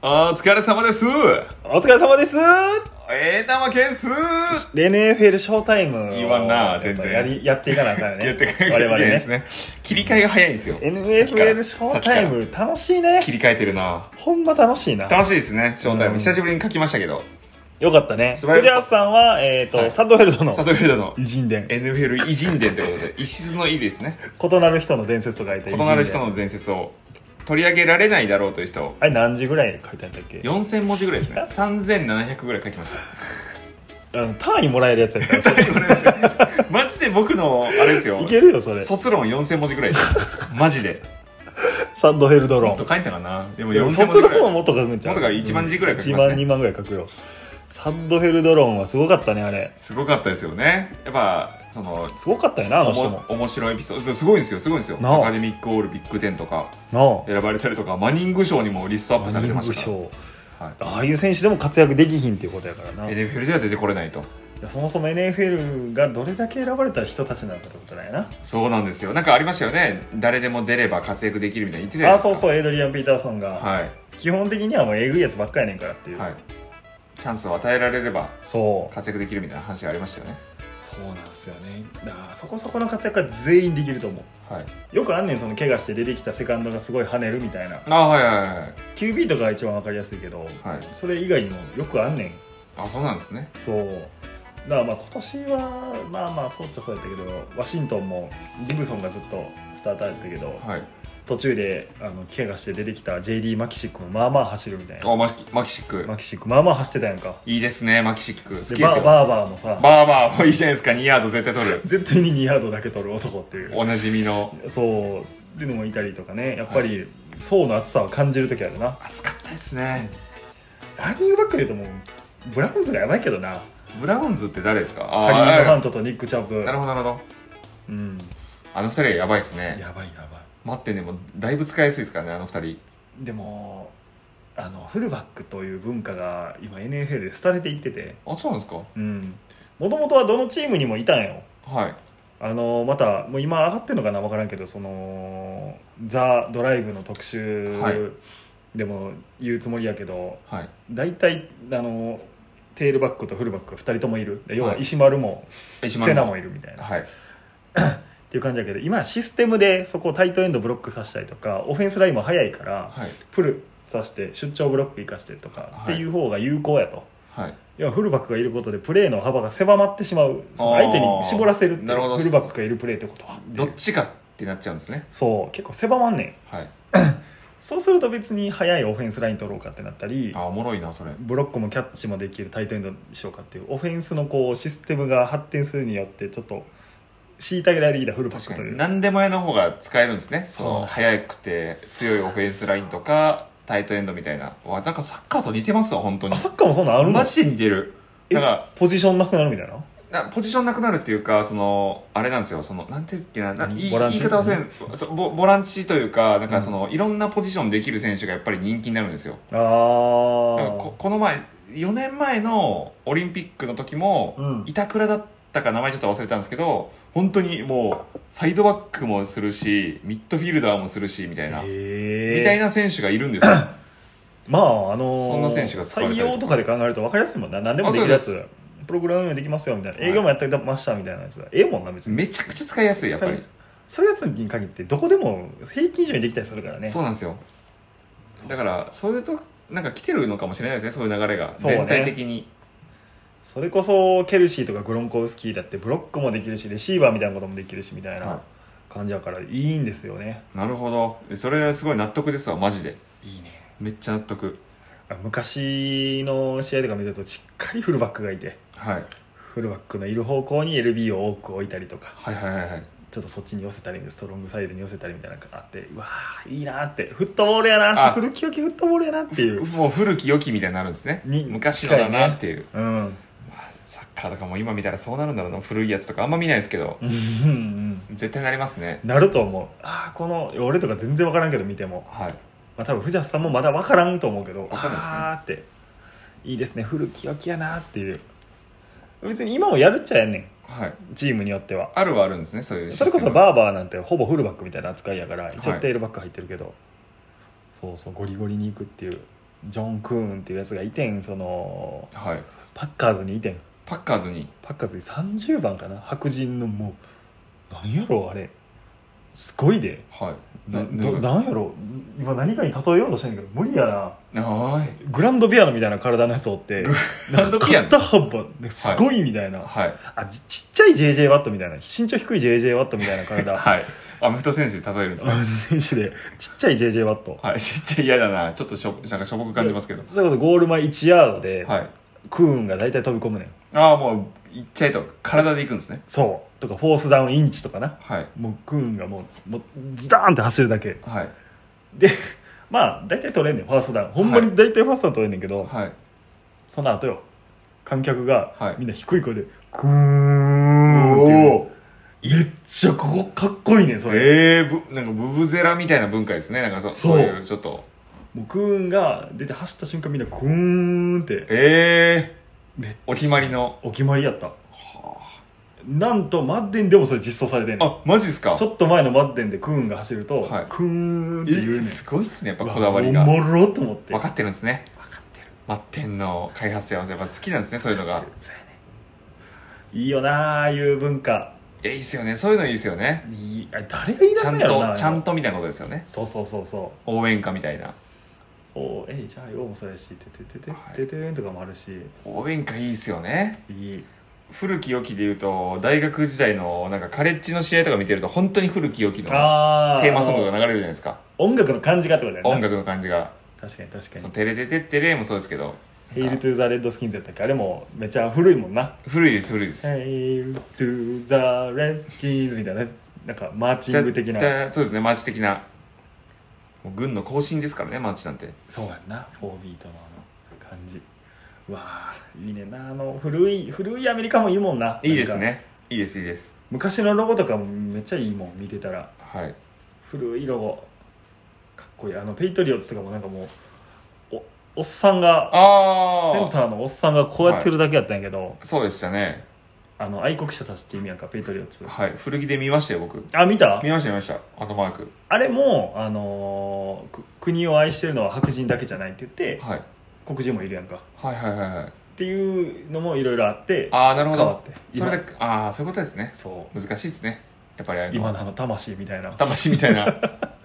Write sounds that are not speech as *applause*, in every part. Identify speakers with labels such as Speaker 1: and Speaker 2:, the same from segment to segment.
Speaker 1: お疲れ様です
Speaker 2: お疲れ様です
Speaker 1: ええなわけんす
Speaker 2: !NFL ショータイムを。
Speaker 1: 言わんな
Speaker 2: やっぱ
Speaker 1: 全然
Speaker 2: やり、やっていかなあかんよね。
Speaker 1: *laughs* 言ってくれ
Speaker 2: 我々
Speaker 1: で
Speaker 2: ね
Speaker 1: す。ね。切り替えが早いんですよ。
Speaker 2: NFL ショータイ
Speaker 1: さっきから。さっきか
Speaker 2: ム、楽しいね
Speaker 1: ら。切り替えてるな
Speaker 2: ほんま楽しいな。
Speaker 1: 楽しいですね、ショータイ
Speaker 2: う
Speaker 1: ム。
Speaker 2: ん
Speaker 1: 久しぶりに書きましたけど。
Speaker 2: よかったね。
Speaker 1: 素晴らしい
Speaker 2: 藤原さんは、えっ
Speaker 1: は
Speaker 2: と、
Speaker 1: い
Speaker 2: サッドフェルドの
Speaker 1: サトフィールドの
Speaker 2: 偉人伝。
Speaker 1: NFL 偉人伝ということで、異質の異ですね。
Speaker 2: 異なる人の伝説と書いた偉
Speaker 1: 異
Speaker 2: 人伝。
Speaker 1: なる人の伝説を取り上げられないだろうという人を、
Speaker 2: あれ何時ぐらいに書いてあったっけ
Speaker 1: 4000文字ぐらい *laughs* ですね。3700ぐらい書きました。 *laughs*
Speaker 2: うん、単位もらえるやつやからそれ、
Speaker 1: マジで僕の、あれですよ
Speaker 2: い。けるよ、それ。
Speaker 1: 卒論4000文字ぐらいです。マ *laughs* ジで。
Speaker 2: サッドフェルド
Speaker 1: もっ
Speaker 2: 論
Speaker 1: と。書いたかなでも
Speaker 2: でも
Speaker 1: 4000文
Speaker 2: 卒
Speaker 1: 字ぐらい
Speaker 2: 論は。もっと書くんちゃう
Speaker 1: もっと書く1万字ぐらい書きますね
Speaker 2: 1万、2万ぐらい書くよ。サッドフェルド論はすごかったね、あれ。
Speaker 1: すごかったですよね。やっぱ、その、
Speaker 2: すごかったよな、あの人も。
Speaker 1: おも面白いエピソードすごいんですよすごいんですよ
Speaker 2: なあ
Speaker 1: アカデミックオールビッグテンとか
Speaker 2: なあ。
Speaker 1: 選ばれたりとかマニング賞にもリストアップされてましたか
Speaker 2: マニング
Speaker 1: ら、は、
Speaker 2: 賞ああいう選手でも活躍できひんっていうことやからないいや
Speaker 1: NFL では出てこれないと
Speaker 2: そもそも NFL がどれだけ選ばれた人たちなのかってことだよな
Speaker 1: そうなんですよなんかありましたよね誰でも出れば活躍できるみたいに言ってた
Speaker 2: あ
Speaker 1: や
Speaker 2: あ
Speaker 1: つ
Speaker 2: そうそうエイドリアン・ピーターソンが、
Speaker 1: はい、
Speaker 2: 基本的にはもうえぐいやつばっかりやねんからっていう、
Speaker 1: はい、チャンスを与えられれば
Speaker 2: そう
Speaker 1: 活躍できるみたいな話がありましたよね
Speaker 2: そうなんですよねだからそこそこの活躍は全員できると思う
Speaker 1: はい
Speaker 2: よくあんねんその怪我して出てきたセカンドがすごい跳ねるみたいな
Speaker 1: あはいはいはいはい
Speaker 2: QB とかが一番わかりやすいけど、
Speaker 1: はい
Speaker 2: それ以外にもよくあんねん
Speaker 1: あそうなんですね
Speaker 2: そうだからまあ今年はまあまあそうっちゃそうやったけどワシントンもギブソンがずっとスターターやったけど
Speaker 1: はい
Speaker 2: 途中であの怪我して出てきた JD マキシックもまあまあ走るみたいな
Speaker 1: あマキマキシック
Speaker 2: マキシックまあまあ走ってたやんか
Speaker 1: いいですねマキシック好きです
Speaker 2: で
Speaker 1: よ
Speaker 2: バー
Speaker 1: バ
Speaker 2: バーバーもさ
Speaker 1: ーバーもいい *laughs* じゃないですか2ヤード絶対取る
Speaker 2: 絶対に2ヤードだけ取る男っていう
Speaker 1: おなじみの
Speaker 2: そうっていうのもいたりとかねやっぱり層の厚さを感じる時あるな
Speaker 1: 暑かったですね
Speaker 2: ランニングバックで言うともうブラウンズがやばいけどな
Speaker 1: ブラウンズって誰ですか
Speaker 2: カ
Speaker 1: あ
Speaker 2: リーム・ハン
Speaker 1: ー
Speaker 2: トとニック・チャップ
Speaker 1: なるほどなるほど
Speaker 2: うん
Speaker 1: あの二人はやばいですね
Speaker 2: やばいやばい
Speaker 1: 待ってねもうだいぶ使いやすいですからねあの二人
Speaker 2: でもあのフルバックという文化が今 NFL で廃れていってて
Speaker 1: あそうなんですか
Speaker 2: もともとはどのチームにもいたんよ
Speaker 1: はい
Speaker 2: あのまたもう今上がってるのかな分からんけどその「ザ・ドライブ」の特集
Speaker 1: はい
Speaker 2: でも言うつもりやけど、
Speaker 1: はい
Speaker 2: 大体あのテールバックとフルバックが2人ともいるで要は
Speaker 1: はい
Speaker 2: 石丸も、
Speaker 1: 石
Speaker 2: セ
Speaker 1: 丸
Speaker 2: ナもいるみたいな、っ
Speaker 1: はい
Speaker 2: ていう感じやけど今システムでそこをタイトエンドブロックさせたりとかオフェンスラインも速いから、
Speaker 1: はい
Speaker 2: プルさして出張ブロック生かしてとかっ
Speaker 1: はい
Speaker 2: ていう方が有効やと、
Speaker 1: はい
Speaker 2: 要はフルバックがいることでプレーの幅が狭まってしまうその相手に絞らせるって
Speaker 1: なるほ
Speaker 2: い
Speaker 1: ど
Speaker 2: うフルバックがいるプレーってことは
Speaker 1: どっちかってなっちゃうんですね
Speaker 2: そう結構狭まんねん
Speaker 1: はい
Speaker 2: そうすると別に速いオフェンスライン取ろうかってなったり
Speaker 1: あおもろいなそれ
Speaker 2: ブロックもキャッチもできるタイトエンドにしようかっていうオフェンスのこうシステムが発展するによってちょっと虐げられてきたフルバッ
Speaker 1: 確
Speaker 2: ク
Speaker 1: か
Speaker 2: とい
Speaker 1: に
Speaker 2: う
Speaker 1: 何でも前の方が使えるんですね
Speaker 2: そう
Speaker 1: その速くて強いオフェンスラインとかタイトエンドみたいなわなんかサッカーと似てますわ本当に
Speaker 2: あサッカーもそんなんあるの
Speaker 1: マジで似てる
Speaker 2: え
Speaker 1: だから
Speaker 2: ポジションなくなるみたいな
Speaker 1: なポジションなくなるっていうかそのあれなんですよそのなんていうっけなな
Speaker 2: 何
Speaker 1: いい
Speaker 2: ボラ
Speaker 1: 言い
Speaker 2: ンチ
Speaker 1: 方忘れんそうボボランチというかなんかその、いろんなポジションできる選手がやっぱり人気になるんですよ
Speaker 2: あ
Speaker 1: だからここの前4年前のオリンピックの時も、
Speaker 2: うん
Speaker 1: 板倉だったか名前ちょっと忘れたんですけど本当にもうサイドバックもするしミッドフィルダーもするしみたいな、
Speaker 2: あへえ
Speaker 1: みたいな選手がいるん
Speaker 2: *coughs*
Speaker 1: ですよ
Speaker 2: まああのー
Speaker 1: そんな選手が使われたりと
Speaker 2: 採
Speaker 1: か
Speaker 2: 用とかで考えると分かりやすいもんな何でもできるや
Speaker 1: あそう
Speaker 2: つプログラムできますよみたいな
Speaker 1: はい
Speaker 2: 営業もやってましたみたいなやつはええもんな別に
Speaker 1: めちゃくちゃ使いやすいやっぱり
Speaker 2: 使いそういうやつに限ってどこでも平均以上にできたりするからね
Speaker 1: そうなんですよだからそういうとなんか来てるのかもしれないですねそういう流れが、
Speaker 2: そうね
Speaker 1: 全体的に
Speaker 2: それこそケルシーとかグロンコウスキーだってブロックもできるしレシーバーみたいなこともできるしみた
Speaker 1: は
Speaker 2: い
Speaker 1: い
Speaker 2: な感じやからいいんですよね
Speaker 1: なるほどえそれはすごい納得ですわマジで
Speaker 2: いいね
Speaker 1: めっちゃ納得
Speaker 2: 昔の試合とか見るとしっかりフルバックがいて
Speaker 1: はい
Speaker 2: フルバックのいる方向に LB を多く置いたりとか
Speaker 1: はいはいはいはい
Speaker 2: ちょっとそっちに寄せたりストロングサイドに寄せたりみたいなのがあってうわーいいなーってフットボールやな
Speaker 1: あ
Speaker 2: 古き良きフットボールやなっていう、
Speaker 1: もう古き良きみたいになるんですね
Speaker 2: に
Speaker 1: 昔のだなっていう、
Speaker 2: うん、
Speaker 1: サッカーとかも今見たらそうなるんだろうな古いやつとかあんま見ないですけど
Speaker 2: うんうん
Speaker 1: 絶対なりますね
Speaker 2: なると思うああこの俺とか全然分からんけど見ても、
Speaker 1: はい
Speaker 2: まあ、多分藤田さんもまだ分からんと思うけ
Speaker 1: わ
Speaker 2: ど
Speaker 1: かんないですね
Speaker 2: あーっていいですね古き良きやなっていう別に今もやるっちゃやんね
Speaker 1: はい
Speaker 2: んチームによっては
Speaker 1: あるはあるんですねそういうシス
Speaker 2: そ
Speaker 1: テ
Speaker 2: れ
Speaker 1: ム
Speaker 2: こそバーバーなんてほぼフルバックみたいな扱いやから一
Speaker 1: は
Speaker 2: 応
Speaker 1: い
Speaker 2: テールバック入ってるけど、そうそうゴリゴリに行くっていうジョン・クーンっていうやつがいてんその
Speaker 1: はい、
Speaker 2: パッカーズにいてん
Speaker 1: パッカーズに
Speaker 2: パッカーズに30番かな白人のもう何やろあれすごいで
Speaker 1: はい
Speaker 2: な
Speaker 1: な
Speaker 2: ど
Speaker 1: な
Speaker 2: なんやろ今何かに例えようとしてんけど無理やな
Speaker 1: はい
Speaker 2: グランドピアノみたいな体のやつおって
Speaker 1: ランドピアノ
Speaker 2: 肩幅すごいみたいな、
Speaker 1: はい
Speaker 2: あちちっちゃい JJ ワットみたいな身長低い JJ ワットみたいな
Speaker 1: *laughs*
Speaker 2: 体、
Speaker 1: はいアメフト選手に例えるんですね
Speaker 2: 選手でちっちゃい JJ ワット
Speaker 1: はいちっちゃい嫌だなちょっとしょなんかしょぼく感じますけど
Speaker 2: それこそゴール前1ヤードで、
Speaker 1: はい
Speaker 2: クーンが大体飛び込むねん
Speaker 1: ああもういっちゃいと体でいくんですね
Speaker 2: そうとかフォースダウンインチとかな
Speaker 1: はい
Speaker 2: もうクーンがもうもうズダーンって走るだけ
Speaker 1: はい
Speaker 2: で *laughs* まあ大体取れんねんファーストダウンほんまに大体ファーストダウン取れんねんけど、
Speaker 1: はい
Speaker 2: その後よ観客が
Speaker 1: はい
Speaker 2: みんな低い声で「クーン」って言う
Speaker 1: おー
Speaker 2: めっちゃここかっこいいねんそれ、
Speaker 1: ええぶなんかブブゼラみたいな文化ですねなんかそ
Speaker 2: そう
Speaker 1: そういうちょっと
Speaker 2: もうクーンが出て走った瞬間みんなクーンって
Speaker 1: ええ
Speaker 2: めっ
Speaker 1: お決まりの
Speaker 2: お決まりやったなんとマッデンでもそれ実装されてんの
Speaker 1: あマジですか
Speaker 2: ちょっと前のマッデンでクーンが走ると、
Speaker 1: はい
Speaker 2: クーンって言う
Speaker 1: え
Speaker 2: ねん
Speaker 1: すごいっすねやっぱこだわりが
Speaker 2: うわおもろと思って
Speaker 1: 分かってるんですね
Speaker 2: 分かってる
Speaker 1: マッテンの開発者はやっぱ好きなんですねそういうのが
Speaker 2: そうやねいいよなああいう文化
Speaker 1: えいいっすよねそういうのいいっすよね
Speaker 2: いいあ誰が言い出
Speaker 1: ちゃ
Speaker 2: すん
Speaker 1: ん
Speaker 2: やろ
Speaker 1: と
Speaker 2: な
Speaker 1: ちゃんとみたいなことですよね
Speaker 2: そうそうそうそ
Speaker 1: 応援歌みたいな
Speaker 2: うおえいじゃあよもそうやし「てててて
Speaker 1: はい
Speaker 2: ててん」とかもあるし
Speaker 1: 応援歌いいっすよね
Speaker 2: いい
Speaker 1: 古き良きで言うと大学時代のなんかカレッジの試合とか見てると本当に古き良きのテ
Speaker 2: ああ
Speaker 1: ーマソングが流れるじゃないですか
Speaker 2: 音楽の感じがってことだよね
Speaker 1: 音楽の感じが
Speaker 2: 確かに確か
Speaker 1: 「そ
Speaker 2: に
Speaker 1: のテレテテテレ」もそうですけど
Speaker 2: 「ヘイル・トゥ・ザ・レッド・スキンズ」やったっけあれもめっちゃ古いもんな
Speaker 1: 古いです古いで
Speaker 2: 「
Speaker 1: す
Speaker 2: ヘイル・トゥ・ザ・レッド・スキンズ」みたいなねなんかマーチング的な
Speaker 1: だだそうですねマーチ的なもう軍の行進ですからねマーチなんて
Speaker 2: そうやんな4ビートのあの感じうわあいいねんなあの古い古いアメリカもいいもんない
Speaker 1: いです
Speaker 2: なんか
Speaker 1: ねいいですいいです
Speaker 2: 昔のロゴとかもめっちゃいいもん見てたら
Speaker 1: はい
Speaker 2: 古いロゴかっこいいあのペイトリオッツとかもなんかもうおおっさんが
Speaker 1: あ
Speaker 2: セン
Speaker 1: あ
Speaker 2: ターのおっさんがこうやってるだけやったんやけど、
Speaker 1: そうでしたね
Speaker 2: あの愛国者たちって意味やんかペイトリオッツ
Speaker 1: はい古着で見ましたよ僕
Speaker 2: あ見た
Speaker 1: 見ました見ましたあのマーク
Speaker 2: あれも、あのーく国を愛してるのは白人だけじゃないって言って
Speaker 1: はい
Speaker 2: 黒人もいるやんかっ
Speaker 1: はいはいはいはい
Speaker 2: ていうのもいろいろあって
Speaker 1: ああなるほ
Speaker 2: 変わっ
Speaker 1: ど
Speaker 2: て
Speaker 1: それ
Speaker 2: 今
Speaker 1: でああそういうことですね
Speaker 2: そう
Speaker 1: 難しいですねやっぱりああいうの
Speaker 2: 今のあの魂みたいな
Speaker 1: 魂みたい
Speaker 2: *laughs*
Speaker 1: な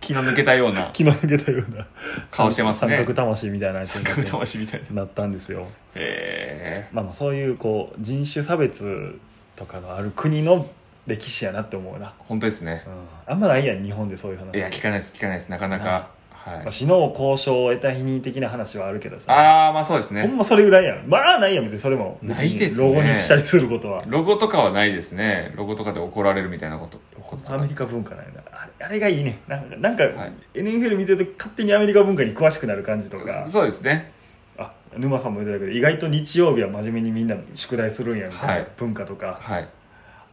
Speaker 1: 気の抜けたような
Speaker 2: 気の抜けたような
Speaker 1: 顔してますね
Speaker 2: 三角魂みたいなやつ
Speaker 1: 三
Speaker 2: に
Speaker 1: 角魂みたいな
Speaker 2: なったんですよ
Speaker 1: へえ
Speaker 2: まあまあそういうこう人種差別とかのある国の歴史やなって思うな、
Speaker 1: 本当ですね
Speaker 2: うん、あんまないやん日本でそういう話
Speaker 1: いや聞かないです聞かないですなかなかはい
Speaker 2: まあ、死の交渉を得た否認的な話はあるけどさ
Speaker 1: ああまあそうです
Speaker 2: ほん
Speaker 1: ね
Speaker 2: まそれぐらいやんまあないやん別にそれも
Speaker 1: ないですね
Speaker 2: ロゴにしたりすることは
Speaker 1: ロゴとかはないですねロゴとかで怒られるみたいなことこと
Speaker 2: アメリカ文化なんやなあれあれがいいねなんかなんか、
Speaker 1: はい
Speaker 2: NFL 見てると勝手にアメリカ文化に詳しくなる感じとか
Speaker 1: そうですね
Speaker 2: あ沼さんも言ってたけど意外と日曜日は真面目にみんな宿題するんやみたいな
Speaker 1: はい
Speaker 2: 文化とか、
Speaker 1: はい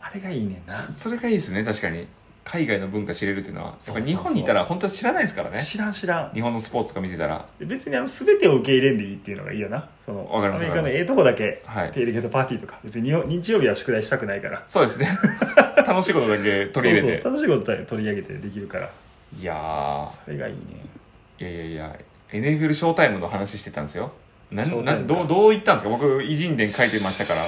Speaker 2: あれがいいねんな
Speaker 1: それがいいですね確かに海外の文化知れるっていうのはや
Speaker 2: そ
Speaker 1: っ
Speaker 2: う
Speaker 1: ぱ
Speaker 2: そうそう
Speaker 1: 日本にいたら本当に知らないですからね
Speaker 2: 知らん知らん
Speaker 1: 日本のスポーツとか見てたら
Speaker 2: 別にあの全てを受け入れんでいいっていうのがいいよなその
Speaker 1: わかりま
Speaker 2: ア
Speaker 1: す
Speaker 2: メリカのええとこだけ
Speaker 1: はい
Speaker 2: 受け入れけどパーティーとか別に日日曜日は宿題したくないから
Speaker 1: そうですね *laughs* 楽しいことだけ取り入れて
Speaker 2: そうそう楽しいことだけ取り上げてできるから
Speaker 1: いや
Speaker 2: それがいいね
Speaker 1: ーいやいやいや NFL ショータイムの話してたんですよな
Speaker 2: ショ
Speaker 1: ん
Speaker 2: ータイ
Speaker 1: な
Speaker 2: ムか
Speaker 1: どうどう言ったんですか僕偉人伝書いてました
Speaker 2: *laughs*
Speaker 1: から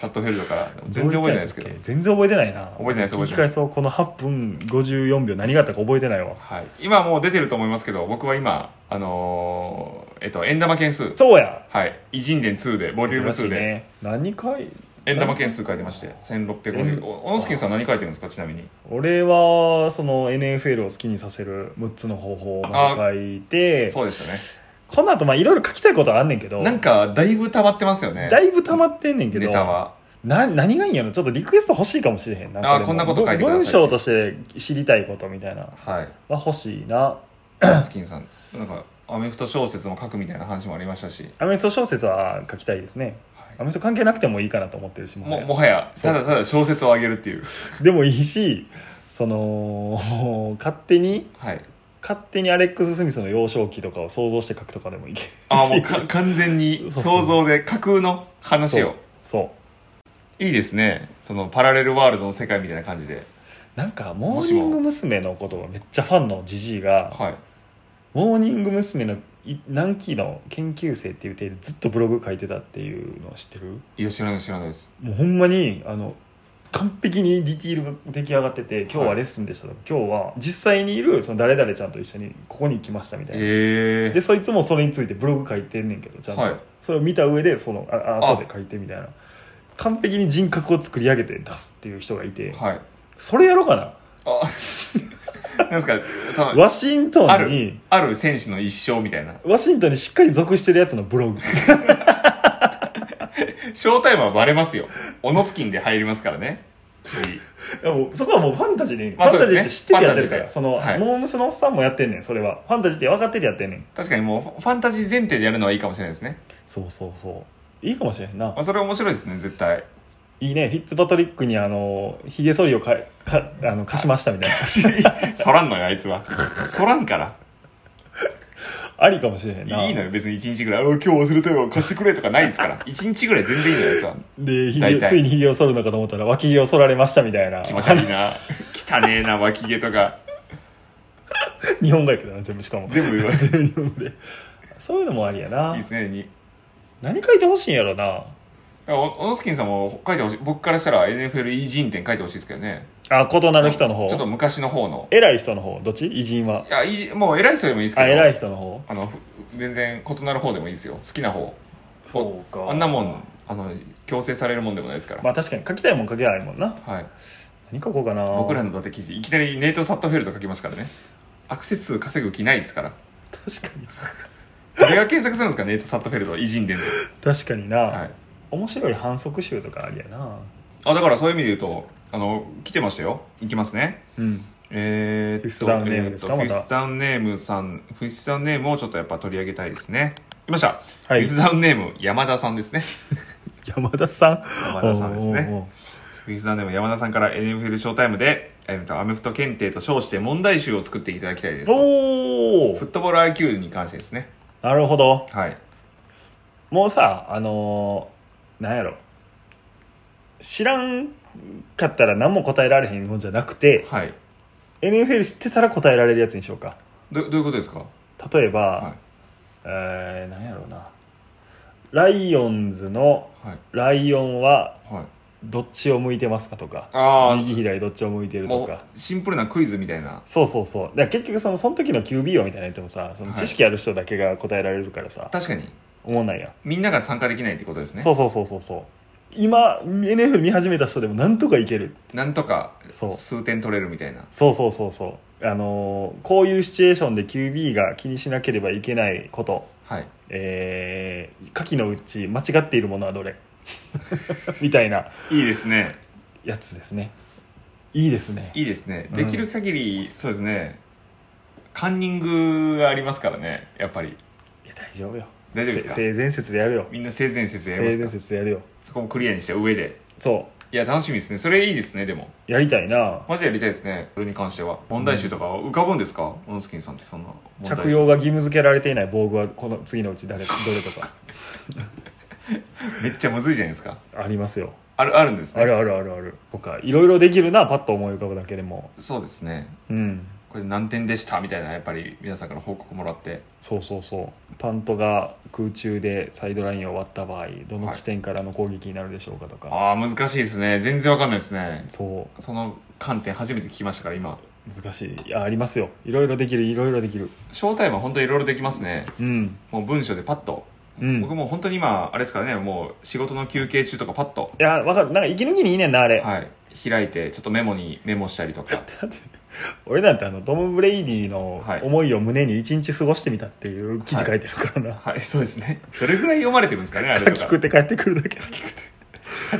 Speaker 1: サットフェルドから全然覚えてないですけど
Speaker 2: どういったんやったっ全然覚えてないな覚
Speaker 1: えてないです覚えてない
Speaker 2: 聞き返
Speaker 1: です
Speaker 2: そうこの8分54秒何があったか覚えてないわ
Speaker 1: はい、今もう出てると思いますけど僕は今あのーえっと円玉件数
Speaker 2: そうや
Speaker 1: はい偉人伝2でボリューム2で、
Speaker 2: ね、何回
Speaker 1: 円玉件数書いてまして1650
Speaker 2: 円
Speaker 1: お小野月さん何書いてるんですかちなみに
Speaker 2: 俺はその NFL を好きにさせる6つの方法をまず書いて
Speaker 1: そうでしたね
Speaker 2: この後まあいろいろ書きたいことはあんねんけど
Speaker 1: なんかだいぶ溜まってますよね
Speaker 2: だいぶ溜まってんねんけど
Speaker 1: ネタは
Speaker 2: な何がいいんやろちょっとリクエスト欲しいかもしれへんなん
Speaker 1: あー
Speaker 2: かでも
Speaker 1: こんなこと書いてください
Speaker 2: 文章として知りたいことみたいな
Speaker 1: はい
Speaker 2: は欲しいな
Speaker 1: 小野月さんなんかアメフト小説も書くみたいな話もありましたし、
Speaker 2: アメフト小説は書きたいですね
Speaker 1: は
Speaker 2: アメフト関係なくてもいいかなと思ってるし
Speaker 1: い、
Speaker 2: もは
Speaker 1: も
Speaker 2: や
Speaker 1: もはや
Speaker 2: そう
Speaker 1: ただただ小説をあげるっていう
Speaker 2: でもいいしその勝手に
Speaker 1: はい
Speaker 2: 勝手にアレックス・スミスの幼少期とかを想像して書くとかでもいいけるし
Speaker 1: ああもうか完全に想像で架空の話を
Speaker 2: そう
Speaker 1: いいですねそのパラレルワールドの世界みたいな感じで
Speaker 2: なんかモーニング娘。のことがめっちゃファンのじじいが
Speaker 1: はい
Speaker 2: モーニング娘。のい南紀の研究生っていう体でずっとブログ書いてたっていうの知ってる
Speaker 1: いや知らない知らないです
Speaker 2: もうほんまにあの完璧にディティールが出来上がってて今日はレッスンでしたとか、今日は実際にいるその誰々ちゃんと一緒にここに来ましたみたいな、
Speaker 1: え
Speaker 2: でそいつもそれについてブログ書いてんねんけどちゃんと、
Speaker 1: はい
Speaker 2: それを見た上でそのああ後で書いてみたいな完璧に人格を作り上げて出すっていう人がいて、
Speaker 1: えはい
Speaker 2: それやろうかな
Speaker 1: あ *laughs* なんですかその
Speaker 2: ワシント
Speaker 1: あ
Speaker 2: ンに
Speaker 1: るある選手の一生みたいな
Speaker 2: ワシントンにしっかり属してるやつの
Speaker 1: *laughs*
Speaker 2: ブログ
Speaker 1: ショータイムはバレますよオノスキンで入りますからね次
Speaker 2: いやもうそこはもうファンタジーでいい
Speaker 1: まあ
Speaker 2: ファンタジーって知っててやってるか
Speaker 1: そうですねファンタジーで
Speaker 2: らその、
Speaker 1: はい
Speaker 2: モームスのおっさんもやってんねんそれはファンタジーって分かっててやってんねん
Speaker 1: 確かにもうファンタジー前提でやるのはいいかもしれないですね
Speaker 2: そうそうそういいかもしれへんな
Speaker 1: あそれ面白いですね絶対 *laughs*
Speaker 2: いいねフィッツパトリックにあのひげ剃りをかかあの貸しました
Speaker 1: *laughs*
Speaker 2: みたいな
Speaker 1: そらんのよあいつはそらんから
Speaker 2: ありかもしれへんない
Speaker 1: いのよ別に1日ぐらいあ今日忘れたよ貸してくれとかないですから1日ぐらい全然いいのよあいつは
Speaker 2: でひ
Speaker 1: 大
Speaker 2: げ
Speaker 1: 体
Speaker 2: ついにひげを剃るのかと思ったら脇毛を剃られましたみたいな
Speaker 1: 気持ち悪いな汚ねえな脇毛とか
Speaker 2: 日本語やけどな全部しかも
Speaker 1: 全部言われて
Speaker 2: 全部日本語でそういうのもありやない
Speaker 1: いですねに
Speaker 2: 何書いてほしいんやろな
Speaker 1: おオノスキンさんも書いてほしい僕からしたら NFL 偉人点書いてほしいですけどね
Speaker 2: あ異なる人の方
Speaker 1: ちょっと昔の方の
Speaker 2: 偉い人の方どっち偉人はい
Speaker 1: や偉人もう偉い人でもいいですけ
Speaker 2: あ
Speaker 1: ど
Speaker 2: 偉い人の方
Speaker 1: あのふ全然異なる方でもいいですよ好きな方
Speaker 2: そうか
Speaker 1: あんなもんあの強制されるもんでもないですから、
Speaker 2: まあ確かに書きたいもん書けないもんな
Speaker 1: はい、
Speaker 2: 何書こうかな
Speaker 1: 僕らのだって記事いきなりネイト・サットフェルド書きますからねアクセス数稼ぐ気ないですから
Speaker 2: 確かに
Speaker 1: 誰が検索するんですかネイト・サットフェルド偉人伝で、
Speaker 2: 確かにな、
Speaker 1: はい、
Speaker 2: 面白い反則集とかありやな
Speaker 1: あだからそういう意味で言うとあの来てましたよいきますね
Speaker 2: うん
Speaker 1: えー、っと
Speaker 2: フィフスダウンネームですか
Speaker 1: えーっと
Speaker 2: また
Speaker 1: フィフスダウンネームさんフィフスダウンネームをちょっとやっぱ取り上げたいですねいました、
Speaker 2: は
Speaker 1: フィ
Speaker 2: い
Speaker 1: フスダウンネーム山田さんですね
Speaker 2: 山田さん
Speaker 1: 山田さんですね
Speaker 2: おうおうおう
Speaker 1: フィスダンでも山田さんから NFL ショータイムで、えーとアメフト検定と称して問題集を作っていただきたいですと。
Speaker 2: お
Speaker 1: フッ
Speaker 2: ー
Speaker 1: トボール IQ に関してですね。
Speaker 2: なるほど
Speaker 1: はい。
Speaker 2: もうさあのー、なんやろ知らんかったら何も答えられへんもんじゃなくて
Speaker 1: はい。
Speaker 2: NFL 知ってたら答えられるやつにしようか
Speaker 1: どどういうことですか
Speaker 2: 例えば、
Speaker 1: はい
Speaker 2: えー、なんやろうなライオンズの
Speaker 1: はい。
Speaker 2: ライオンは
Speaker 1: はい。
Speaker 2: どっちを向いてますかとか
Speaker 1: あ
Speaker 2: 右左どっちを向いて
Speaker 1: あ、
Speaker 2: ると
Speaker 1: も
Speaker 2: か
Speaker 1: うシンプルなクイズみたいな。
Speaker 2: そうそうそうだから結局そのその時の QB をみたいな言ってもさその
Speaker 1: はい
Speaker 2: 知識ある人だけが答えられるからさ、
Speaker 1: 確かに、
Speaker 2: 思わないやん
Speaker 1: みんなが参加できないってことですね。
Speaker 2: そうそうそうそうそう今 NFL 見始めた人でもなんとかいける
Speaker 1: なんとか
Speaker 2: そう
Speaker 1: 数点取れるみたいな。
Speaker 2: そうそうそうそうあのーこういうシチュエーションで QB が気にしなければいけないこと
Speaker 1: はい。
Speaker 2: えー、下記のうち間違っているものはど
Speaker 1: *laughs*
Speaker 2: れみたいない
Speaker 1: いですね。
Speaker 2: やつですねいいですね
Speaker 1: いいですね。
Speaker 2: うん
Speaker 1: できる限り、そうですね。カンニングがありますからね、やっぱり。
Speaker 2: いや大丈夫よ
Speaker 1: 大丈夫ですか
Speaker 2: 性善説でやるよ
Speaker 1: みんな性善説やりま
Speaker 2: 性
Speaker 1: すか
Speaker 2: 善
Speaker 1: ら。
Speaker 2: 説でやるよ
Speaker 1: そこもクリアにした上で。
Speaker 2: そ
Speaker 1: いや、楽しみですね。それいいですね、でも。
Speaker 2: うやりたいな
Speaker 1: マジでやりたいですね。それに関しては。問題集とかは浮かぶんですか、オノスキンさんってそんな問題集。
Speaker 2: 着用が義務付けられていない防具はこの次のうち
Speaker 1: *laughs*
Speaker 2: 誰どれとか
Speaker 1: めっちゃむずいじゃないですか。
Speaker 2: ありますよ
Speaker 1: ある、あるんです
Speaker 2: あ
Speaker 1: ね。
Speaker 2: るあるあるあるとかいろいろできるなパッと思い浮かぶだけでも
Speaker 1: そうですね。
Speaker 2: うん
Speaker 1: これ何点でしたみたいな、やっぱり皆さんから報告もらって。
Speaker 2: そうそうそうパントが空中でサイドラインを割った場合どの地点からの攻撃になるでしょうかとか、
Speaker 1: ああ、難しいですね。全然わかんないですね。
Speaker 2: そ
Speaker 1: その観点初めて聞きましたから、今。
Speaker 2: う難しいいやありますよいろいろできるいろいろできる
Speaker 1: ショータイムは本当にいろいろできますね。
Speaker 2: うん
Speaker 1: もう文章でパッと。
Speaker 2: うん
Speaker 1: 僕
Speaker 2: い
Speaker 1: もう本当に今、あれですからね、もう仕事の休憩中とかパッと。
Speaker 2: やわかるなんか息抜きにいいねんなあれ、
Speaker 1: はい。開いて、ちょっとメモにメモしたりとか。
Speaker 2: *laughs* 俺なんてあのトム・ブレイディの
Speaker 1: はい
Speaker 2: 思いを胸に一日過ごしてみたっていう記事書いてるからな、
Speaker 1: はい、そうですね。どれぐらい読まれてるんですかね、 *laughs* あれ
Speaker 2: 書
Speaker 1: と
Speaker 2: き
Speaker 1: か。
Speaker 2: 食って帰ってくる
Speaker 1: *laughs*
Speaker 2: だけ
Speaker 1: 書き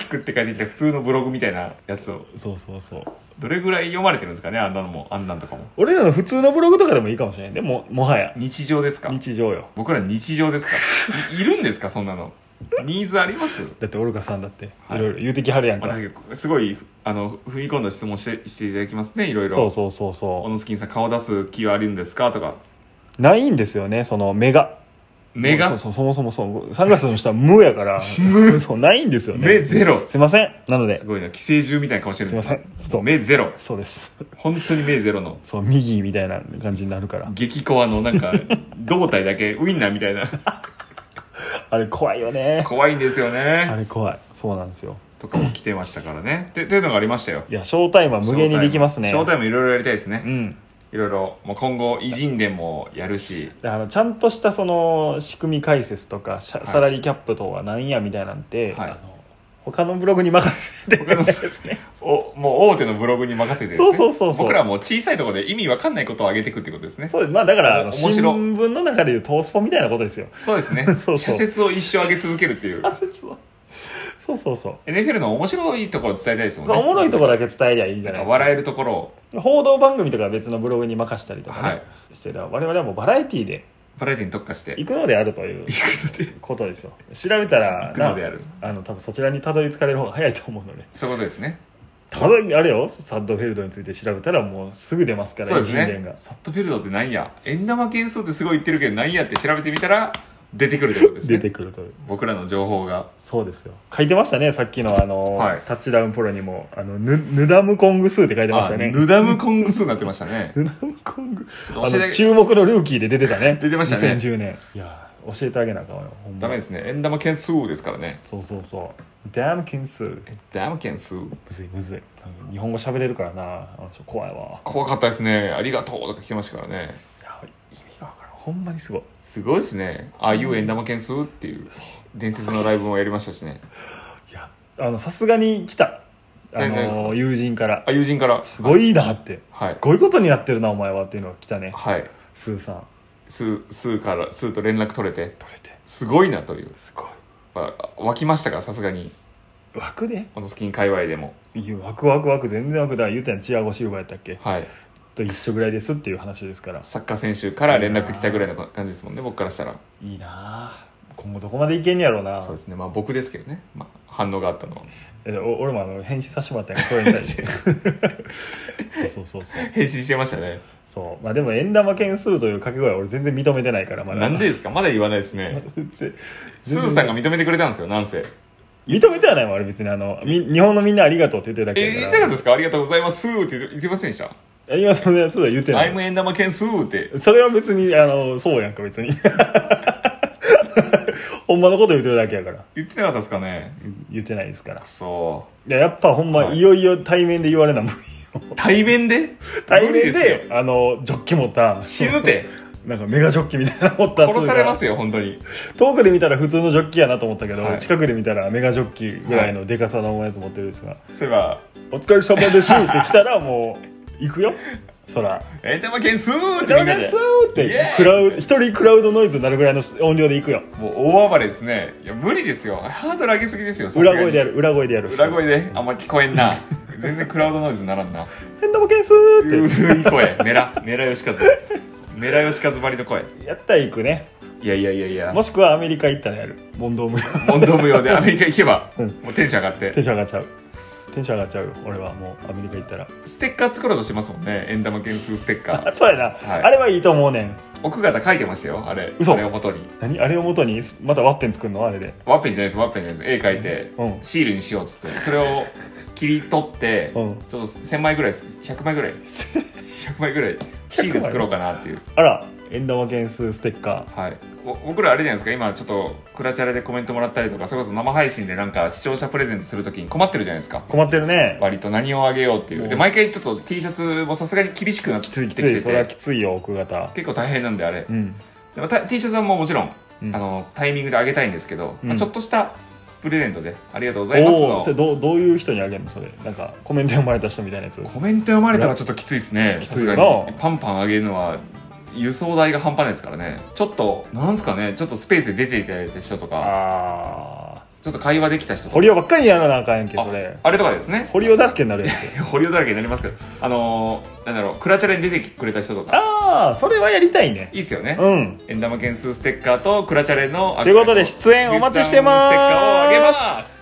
Speaker 1: 食って書いてきた普通のブログみたいなやつを
Speaker 2: そうそうそう
Speaker 1: どれぐらい読まれてるんですかねあんなのもあんなんとかも
Speaker 2: 俺らの普通のブログとかでもいいかもしれないでももはや
Speaker 1: 日常ですか
Speaker 2: 日常よ
Speaker 1: 僕ら日常ですかいいるんですかそんなのニーズあります
Speaker 2: だってオルカさんだって
Speaker 1: はい
Speaker 2: いろいろ言うてきはるやんか、
Speaker 1: 私すごいあの踏み込んだ質問してしていただきますねいろいろ
Speaker 2: そうそうそうそう
Speaker 1: 小野スキンさん顔出す気はあるんですかとか
Speaker 2: ないんですよねその目が
Speaker 1: 目が
Speaker 2: そうそうそもそもそうサングラスの下は無やから無そうないんですよね
Speaker 1: 目ゼロ
Speaker 2: すいませんなのです
Speaker 1: ごいな寄生獣みたいな顔してるんです
Speaker 2: すいませんそう
Speaker 1: 目ゼロ
Speaker 2: そうです
Speaker 1: 本当に目ゼロの
Speaker 2: そう右みたいな感じになるから
Speaker 1: 激コアのなん
Speaker 2: *laughs*
Speaker 1: か胴体だけウインナーみたいな
Speaker 2: あれ怖いよね
Speaker 1: 怖いんですよ
Speaker 2: あ
Speaker 1: ね
Speaker 2: れ怖いそうなんですよ
Speaker 1: とかも来てましたからねってっていうのがありましたよ
Speaker 2: いやショータイムは無限にできますね
Speaker 1: ショータイムいろいろやりたいですね、
Speaker 2: うん
Speaker 1: いろいろもう今後偉人伝もやるし
Speaker 2: だからちゃんとしたその仕組み解説とかシャ
Speaker 1: い
Speaker 2: サラリーキャップとはなんやみたいなんて、
Speaker 1: はい
Speaker 2: あの他のブログに任せて
Speaker 1: 他の
Speaker 2: ですね
Speaker 1: おもう大手のブログに任せてです、ね、
Speaker 2: そうそうそうそう
Speaker 1: 僕らはもう小さいところで意味わかんないことを上げていくってことですね
Speaker 2: そうですまあだからあの
Speaker 1: 面
Speaker 2: 新
Speaker 1: 白
Speaker 2: 聞の中でいうトースポみたいなことですよ
Speaker 1: そうですね
Speaker 2: そうそう
Speaker 1: 社説を一生上げ続けるっていう *laughs*
Speaker 2: あそうそうそうそう
Speaker 1: NFL の面白いところを伝えたいですもん
Speaker 2: そう
Speaker 1: ね
Speaker 2: おもろいところだけ伝えりゃいいんじ
Speaker 1: な
Speaker 2: ゃ
Speaker 1: ん
Speaker 2: な
Speaker 1: か
Speaker 2: い
Speaker 1: 笑えるところを
Speaker 2: 報道番組とかは別のブログに任したりとかね、
Speaker 1: はい
Speaker 2: してた我々はもうバラエティーで
Speaker 1: バラエティに特化して
Speaker 2: 行くのであるということですよ調べたら
Speaker 1: 行くのである
Speaker 2: なあの多分そちらにたどり着かれる方が早いと思うの *laughs* で
Speaker 1: そういうことですね
Speaker 2: ただあれよサッドフェルドについて調べたらもうすぐ出ますから
Speaker 1: そうです
Speaker 2: 偉人伝
Speaker 1: ね
Speaker 2: が
Speaker 1: サットフェルドってなんや円玉件数ってすごい言ってるけどなんやって調べてみたら出てくるってことです
Speaker 2: 出て
Speaker 1: ね
Speaker 2: くるという
Speaker 1: 僕らの情報が
Speaker 2: そうですよ書いてましたねさっきのあの、
Speaker 1: はい
Speaker 2: タッチダウンプロにもあのヌヌダムコング数って書いてました
Speaker 1: あ
Speaker 2: ね
Speaker 1: ヌダムコング数になってましたね
Speaker 2: ヌダムコング
Speaker 1: ちょっ
Speaker 2: あ
Speaker 1: と教
Speaker 2: の
Speaker 1: えて
Speaker 2: 注目のルーキーで出てたね
Speaker 1: *laughs* 出てましたね
Speaker 2: 2010年いやー教えてあげなあかんわよほんま
Speaker 1: ダメですね円玉件数ですからね
Speaker 2: そうそうそうダムキン数む
Speaker 1: 円玉件数
Speaker 2: ずいむずいなんか日本語喋れるからなあの人怖いわ
Speaker 1: 怖かったですねありがとうとか来てましたからね
Speaker 2: いや意味がわからんほんまにすごい
Speaker 1: すごいですねああいう円玉件数っていう伝説のライブもやりましたしね
Speaker 2: いやあのさすがに来たあ
Speaker 1: 何何ですか
Speaker 2: の友人から
Speaker 1: あ友人から
Speaker 2: すごいなって、
Speaker 1: はい
Speaker 2: すごいことになってるなお前はっていうのが来たね
Speaker 1: はい
Speaker 2: スーさん
Speaker 1: スースーからスーと連絡取れて
Speaker 2: 取れて
Speaker 1: すごいなという、
Speaker 2: すごい
Speaker 1: まあ、湧きましたかさすがに
Speaker 2: 枠で
Speaker 1: このスキン界隈でも
Speaker 2: いや枠枠枠全然枠だ言うてんチアゴシルバやったっけ
Speaker 1: はい
Speaker 2: と一緒ぐらいですっていう話ですから
Speaker 1: サッカー選手から連絡来たぐらいの感じですもんね僕からしたら
Speaker 2: いいなあ今後どこまでいけんやろうな
Speaker 1: そうですねまあ僕ですけどね、まあ、反応があったのは *laughs*
Speaker 2: えお俺もあの返信させてもらったんやそれに対して
Speaker 1: *laughs*
Speaker 2: そうそうそうそう
Speaker 1: 返信してましたね
Speaker 2: そうまあでも円玉件数という掛け声は俺全然認めてないからまだ
Speaker 1: なんでですかまだ言わないですねスーさんが認めてくれたんですよなんせ
Speaker 2: *laughs* 認めてはないもん俺別にあのみ日本のみんなありがとうって言ってるだけ
Speaker 1: え言
Speaker 2: や
Speaker 1: っ
Speaker 2: か
Speaker 1: て
Speaker 2: ら
Speaker 1: たんですかありがとうございますーって言って言ってませんでした
Speaker 2: ありがとうございますそうだ言ってな
Speaker 1: ア
Speaker 2: い
Speaker 1: イムエンダマケンスーって
Speaker 2: それは別にあのそうやんか別に *laughs* ほんまのこと言ってるだけやから
Speaker 1: 言ってなかったですかね
Speaker 2: 言ってないですから
Speaker 1: そ
Speaker 2: いややっぱほんま、
Speaker 1: はい
Speaker 2: い、よいよ対面で言われな無理
Speaker 1: う対面で
Speaker 2: *laughs* 対
Speaker 1: 無理
Speaker 2: 面
Speaker 1: す
Speaker 2: で
Speaker 1: よ
Speaker 2: あのジョッキ持った
Speaker 1: 死ぬて
Speaker 2: なんかメガジョッキみたいなの持った
Speaker 1: 殺されます
Speaker 2: よ
Speaker 1: よ本当に
Speaker 2: 遠くで見たら普通のジョッキやなと思ったけど、
Speaker 1: はい
Speaker 2: 近くで見たらメガジョッキぐらいのでかさのやつ持ってるんですが、
Speaker 1: そういえば
Speaker 2: お疲れ様ですって来たらもう行くよそら
Speaker 1: 「エンダマケンスー」っ
Speaker 2: 「
Speaker 1: てみんなで
Speaker 2: そう!」っ
Speaker 1: イエー
Speaker 2: て
Speaker 1: イ
Speaker 2: クラウ一人クラウドノイズになるぐらいの音量で行くよ
Speaker 1: もう大暴れですねいや無理ですよハードル上げすぎですよさすがに
Speaker 2: 裏声でやる裏声でやる
Speaker 1: 裏声であんま聞こえんな全然クラウドノイズならんな
Speaker 2: 変なボケんす
Speaker 1: う
Speaker 2: ーっ
Speaker 1: ーい声メラメラヨシカズメラヨシカズばりの声
Speaker 2: てやったら行くね
Speaker 1: いやいやいやいや
Speaker 2: もしくはアメリカ行ったらやる問答無用 *laughs*
Speaker 1: 問答無用でアメリカ行けば、
Speaker 2: うん
Speaker 1: もうテンション上がって
Speaker 2: テンション上がっちゃうテンション上がっちゃうよ俺はもうアメリカ行ったら
Speaker 1: ステッカー作ろうとしてますもんね円玉件数ステッカー
Speaker 2: *laughs* あそうやな、
Speaker 1: はい
Speaker 2: あれはいいと思うねん
Speaker 1: 奥方書いてましたよあれ
Speaker 2: 嘘
Speaker 1: あれを元に
Speaker 2: 何あれを元にまたワッペン作るのあれで
Speaker 1: ワッペンじゃないですワッペンじゃないです絵描いて、
Speaker 2: うん
Speaker 1: シールにしようっつってそれを切り取って、
Speaker 2: うん
Speaker 1: ちょっと1000枚ぐらいです100枚ぐら
Speaker 2: *laughs*
Speaker 1: い100枚ぐらいシール作ろうかなっていう
Speaker 2: あら円玉件数ステッカ
Speaker 1: はい、ぼ僕らあれじゃないですか今ちょっとクラチャラでコメントもらったりとかそれこそ生配信でなんか視聴者プレゼントするときに困ってるじゃないですか
Speaker 2: ー困ってるね
Speaker 1: 割と何をあげようっていうで
Speaker 2: うん
Speaker 1: 毎回ちょっと T シャツもさすがに厳しくなって
Speaker 2: き
Speaker 1: き
Speaker 2: つ
Speaker 1: て
Speaker 2: いき
Speaker 1: き
Speaker 2: つい
Speaker 1: て
Speaker 2: それは
Speaker 1: て
Speaker 2: きついよ奥方
Speaker 1: 結構大変なんであれ
Speaker 2: うん
Speaker 1: でもた T シャツはもうもちろん、
Speaker 2: うん
Speaker 1: あのタイミングであげたいんですけど、
Speaker 2: うん
Speaker 1: まあ、ちょっとしたプレゼントでありがとうございます
Speaker 2: おおーそれ
Speaker 1: の
Speaker 2: どうどういう人にあげるのそれなんかコメント読まれた人みたいなやつ
Speaker 1: コメント読まれたらちょっときついですね
Speaker 2: き
Speaker 1: さ
Speaker 2: つい
Speaker 1: す
Speaker 2: よ
Speaker 1: が
Speaker 2: な
Speaker 1: にパンパンあげるのは輸送代が半端ないですからねちょっとなんすかねちょっとスペースで出ていただいた人とか
Speaker 2: ああ
Speaker 1: ちょっと会話できた人とか
Speaker 2: 堀尾ばっかりやらなあかんやんけ
Speaker 1: あ
Speaker 2: それ
Speaker 1: あれとかですね *laughs*
Speaker 2: 堀尾だらけになるやんけ
Speaker 1: 堀尾だらけになりますけどあのー、なんだろうクラチャレに出てくれた人とか
Speaker 2: ああそれはやりたいね
Speaker 1: いいですよね
Speaker 2: うん
Speaker 1: 円玉件数ステッカーとクラチャレの
Speaker 2: ということで出演お待ちしてます
Speaker 1: リスナーのステッカーをあげます